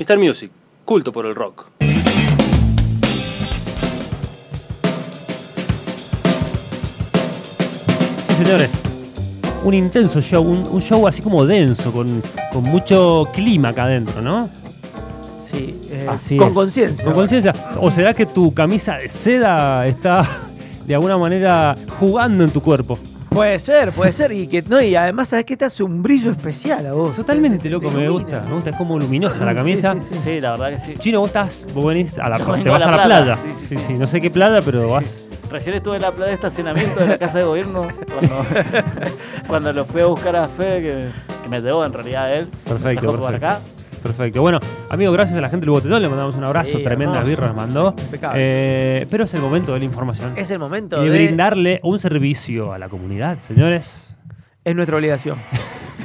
Star Music, culto por el rock. Sí, señores. Un intenso show, un, un show así como denso, con, con mucho clima acá adentro, ¿no? Sí, eh, Así con es. conciencia. Ah, Con conciencia. ¿O será que tu camisa de seda está de alguna manera jugando en tu cuerpo? Puede ser, puede ser. Y que no, y además, ¿sabes qué te hace un brillo especial a vos? Totalmente Te- te- loco, te me ilumina. gusta. Me gusta, es como luminosa la camisa. Sí, sí, sí. Sí, la verdad que sí. Chino, vos estás, vos venís a la, Yo te vengo vas a la playa. sí, sí, Sí, sí. sí, No sé qué playa, pero Sí, vas. sí. Recién estuve en la playa de estacionamiento de la casa de gobierno cuando, cuando lo fui a buscar a Fede, que, que me llevó en realidad él. Perfecto, Trajo por perfecto. acá. Perfecto. Bueno, amigos, gracias a la gente del Botetón, le mandamos un abrazo, Sí, tremendas hermoso. birras mandó. Impecable. Eh, pero es el momento de la información. es el momento Y de. brindarle un servicio a la comunidad, señores. Es nuestra obligación.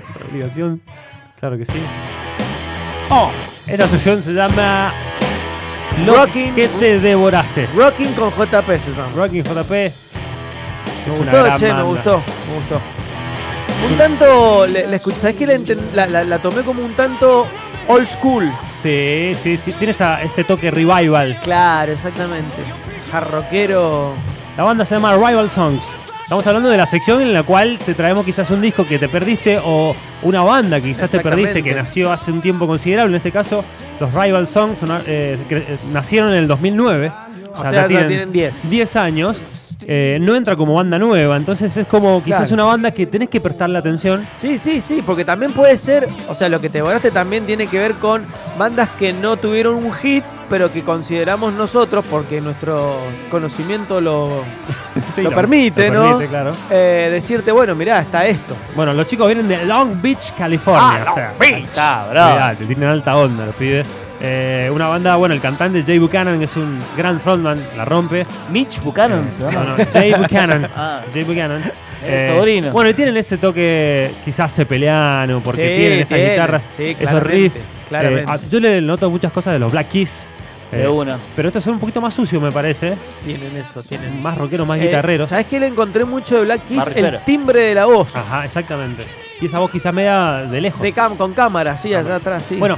Nuestra obligación. Claro que sí. Oh, esta sesión se llama Lo Rocking- que te devoraste. Rocking con JP se llama. Rocking JP. Me gustó, che, me gustó, me gustó. Un tanto, le, le escuché, ¿sabes qué? La, enten- la- la- la tomé como un tanto old school. Sí, sí, sí. Tiene esa- ese toque revival. Claro, exactamente. Jarroquero. La banda se llama Rival Songs. Estamos hablando de la sección en la cual te traemos quizás un disco que te perdiste o una banda que quizás te Exactamente. perdiste que nació hace un tiempo considerable. En este caso, los Rival Songs son, eh, cre- eh, nacieron en el 2009. O sea, ya tienen 10. 10 años. Eh, no entra como banda nueva, entonces es como quizás Claro. una banda que tenés que prestarle atención. Sí, sí, sí, porque también puede ser, o sea, lo que te volaste también tiene que ver con bandas que no tuvieron un hit, pero que consideramos nosotros, porque nuestro conocimiento lo Sí, lo permite, ¿no? permite, claro. eh, decirte, bueno, mirá, está esto. Bueno, los chicos vienen de Long Beach, California. Ah, o sea, Ahí Está, bravo. Mirá, te tienen alta onda los pibes. Eh, una banda, bueno, el cantante Jay Buchanan, que es un gran frontman, la rompe. Mitch Buchanan, se No, llama. no, Jay Buchanan. Ah, Jay Buchanan. Eh, El sobrino. Bueno, y tienen ese toque quizás cepeliano, porque Sí, tienen esas tiene, guitarras, sí, esos claramente, riffs. claramente. Eh, a- yo le noto muchas cosas de los Black Keys. eh, de una. pero estos son un poquito más sucios, me parece. Tienen eso, tienen. Más rockeros, más Eh, guitarreros. Ah, ¿Sabes qué le encontré mucho de Black Keys? Más El rifero. timbre de la voz. Ajá, exactamente. Y esa voz quizás media de lejos. De cam, con cámara, sí, allá atrás, sí. Ah, Bueno,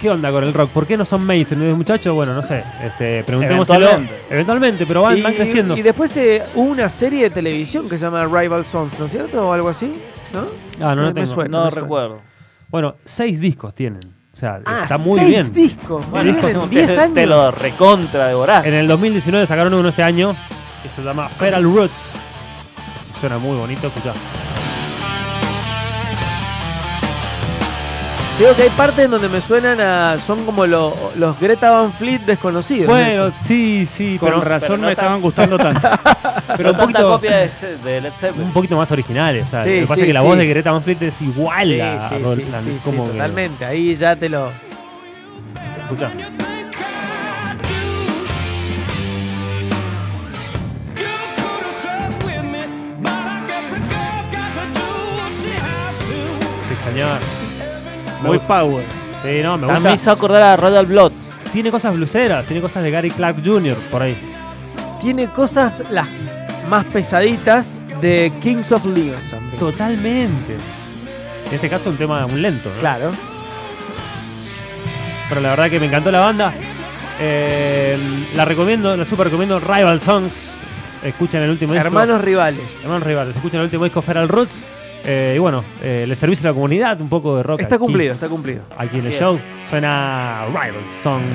¿qué onda con el rock? ¿Por qué no son mainstream los muchachos? Bueno, no sé. Este, preguntémoselo. Eventualmente. Eventualmente, pero van, y, van creciendo. y después eh, hubo una serie de televisión que se llama Rival Sons, ¿no es cierto? O algo así, ¿no? Ah, no, no me tengo. suena. No me recuerdo. Bueno, seis discos tienen. O sea, Ah, está muy seis bien. discos, muy Bueno, bien, discos en Te, 10 años. te lo recontra devoraste. En el 2019 sacaron uno este año que se llama Feral Roots. Suena muy bonito, escuchá. Digo que hay partes en donde me suenan a. Son como lo- los Greta Van Fleet desconocidos. Bueno, sí, sí, Con pero, razón pero no me tan- estaban gustando tanto. pero un, No tanta poquito, copia de, Ce- de Led Zeppelin. un poquito más originales. O sea, lo Sí, que pasa sí, es que la sí. voz de Greta Van Fleet es igual Sí, a sí, Robert sí, Plant. sí, sí, Como que- totalmente. Ahí ya te lo. escuchá. Sí, señor. Muy power. Sí, no, me También me hizo gusta. acordar a Royal Blood. Tiene cosas bluseras, tiene cosas de Gary Clark Jr. por ahí. Tiene cosas las más pesaditas de Kings of Leon también. Totalmente. En este caso un tema muy lento, ¿no? Claro. Pero la verdad que me encantó la banda. Eh, la recomiendo, la super recomiendo Rival Songs. Escuchan el último disco. Hermanos rivales. Hermanos Rivales, escuchan el último disco Feral Roots. Eh, y bueno, eh, le servicio a la comunidad un poco de rock. Está aquí- cumplido, está cumplido. Aquí en el Así es. show suena Rival Songs.